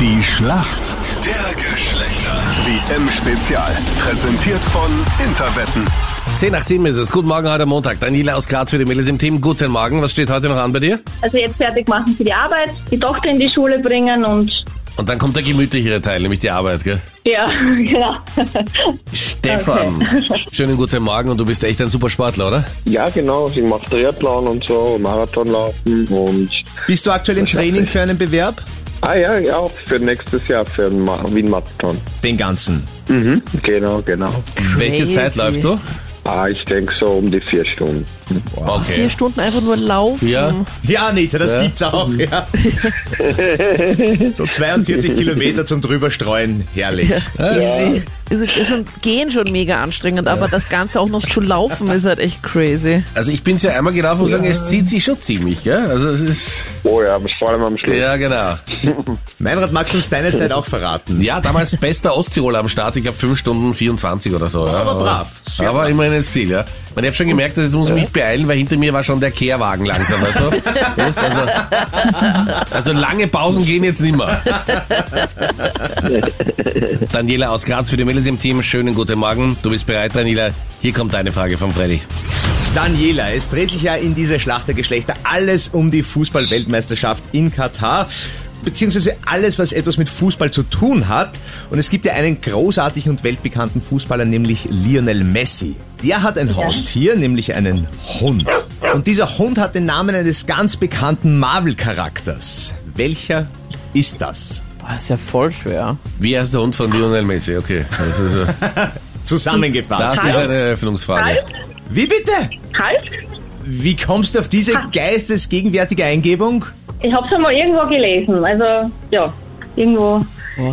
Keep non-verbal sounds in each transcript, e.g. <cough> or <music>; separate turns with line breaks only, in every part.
Die Schlacht der Geschlechter. WM-Spezial. Präsentiert von Interwetten.
10 nach 7 ist es. Guten Morgen heute Montag. Daniela aus Graz für die Mädels im Team. Guten Morgen. Was steht heute noch an bei dir?
Also jetzt fertig machen für die Arbeit, die Tochter in die Schule bringen und
Und dann kommt der gemütlichere Teil, nämlich die Arbeit, gell?
ja, <laughs> genau.
Stefan, <laughs> schönen guten Morgen und du bist echt ein super Sportler, oder?
Ja, genau. Ich mache Triathlon und so, Marathon laufen und.
Bist du aktuell im Training für einen Bewerb?
Ah ja, ja, auch für nächstes Jahr für den Ma- Wien-Marathon.
Den ganzen.
Mhm. Genau, genau.
Welche Zeit läufst du?
Ah, ich denke so um die vier Stunden.
Okay.
Vier Stunden einfach nur laufen.
Ja, Mhm.
Ja, Anita, das gibt's auch,
<laughs>
ja. so 42 Kilometer zum drüberstreuen, herrlich.
Easy. Ist halt schon, gehen schon mega anstrengend, aber das Ganze auch noch zu laufen ist halt echt crazy.
also ich bin's ja einmal gelaufen und sagen, es zieht sich schon ziemlich, gell? Also es ist...
Oh ja, aber vor allem am Schluss.
Ja, genau.
Meinrad, magst du uns deine Zeit auch verraten?
Ja, damals bester Osttiroler am Start. Ich glaube 5 Stunden 24 oder so. Ja.
Aber brav. Sehr
aber immerhin ins Ziel, ja. Und ich habe schon gemerkt, dass ich muss mich beeilen, weil hinter mir war schon der Kehrwagen langsam. Weißt
<laughs>
du? Weißt du, also, also lange Pausen gehen jetzt nimmer. Daniela aus Graz für die Mädels im Team. Schönen guten Morgen. Du bist bereit, Daniela. Hier kommt deine Frage von Freddy.
Daniela, es dreht sich ja in dieser Schlacht der Geschlechter alles um die Fußball-Weltmeisterschaft in Katar. Beziehungsweise alles, was etwas mit Fußball zu tun hat. Und es gibt ja einen großartigen und weltbekannten Fußballer, nämlich Lionel Messi. Der hat ein Haustier, nämlich einen Hund. Und dieser Hund hat den Namen eines ganz bekannten Marvel-Charakters. Welcher ist das?
Boah, ist ja voll schwer.
Wie heißt der Hund von Lionel Messi? Okay. Das ist,
Zusammengefasst.
das ist eine Eröffnungsfrage.
<laughs> Halt,
Wie bitte?
halt.
Wie kommst du auf diese geistesgegenwärtige Eingebung?
Ich habe es einmal irgendwo gelesen, also ja, irgendwo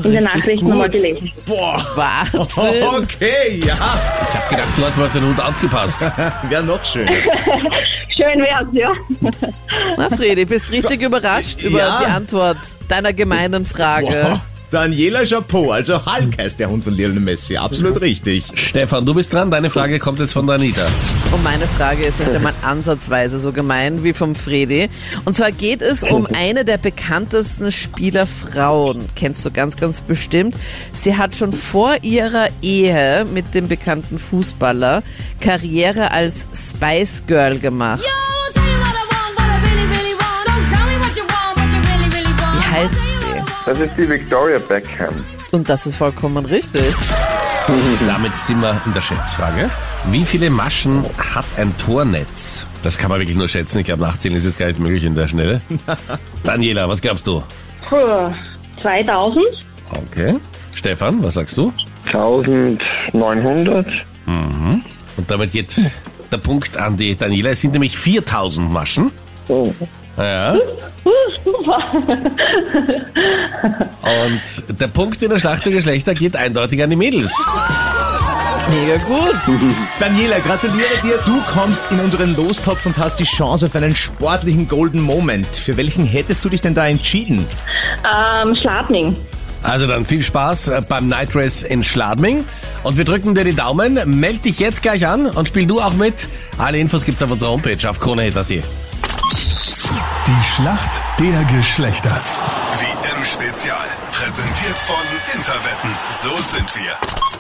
in den Nachrichten einmal gelesen.
Boah. <laughs>
<laughs>
Wahnsinn.
Okay, ja.
Ich habe gedacht, du hast mal auf den Hund aufgepasst.
Wäre noch schöner.
Schön wär's, ja.
Na, Fredi, bist richtig überrascht über
Ja.
die Antwort deiner gemeinen Frage.
Boah. Daniela Chapeau, also Hulk heißt der Hund von Lionel Messi. Absolut richtig.
Stefan, du bist dran. Deine Frage kommt jetzt von der Anita.
Und meine Frage ist nicht einmal ansatzweise so gemein wie vom Fredi. Und zwar geht es um eine der bekanntesten Spielerfrauen. Kennst du ganz, ganz bestimmt. Sie hat schon vor ihrer Ehe mit dem bekannten Fußballer Karriere als Spice Girl gemacht.
Yo, tell me what I want, what I really, really want. So tell me what you want, what you really, really want.
Wie heißt sie?
Das ist die Victoria Beckham.
Und das ist vollkommen richtig.
Damit sind wir in der Schätzfrage. Wie viele Maschen hat ein Tornetz? Das kann man wirklich nur schätzen. Ich glaube, nachzählen ist jetzt gar nicht möglich in der Schnelle. Daniela, was glaubst du?
Puh, 2000?
Okay. Stefan, was sagst du?
1900?
Und damit geht der Punkt an die Daniela. Es sind nämlich 4000 Maschen.
Oh.
Ja. Und der Punkt in der Schlacht der Geschlechter geht eindeutig an die Mädels.
Mega gut.
Daniela, gratuliere dir. Du kommst in unseren Lostopf und hast die Chance auf einen sportlichen Golden Moment. Für welchen hättest du dich denn da entschieden?
<laughs> Ähm, Schladming.
Also dann viel Spaß beim Night Race in Schladming. Und wir drücken dir die Daumen. Meld dich jetzt gleich an und spiel du auch mit. Alle Infos gibt's auf unserer Homepage auf kronehit.at.
Die Schlacht der Geschlechter. WM-Spezial. Präsentiert von Interwetten. So sind wir.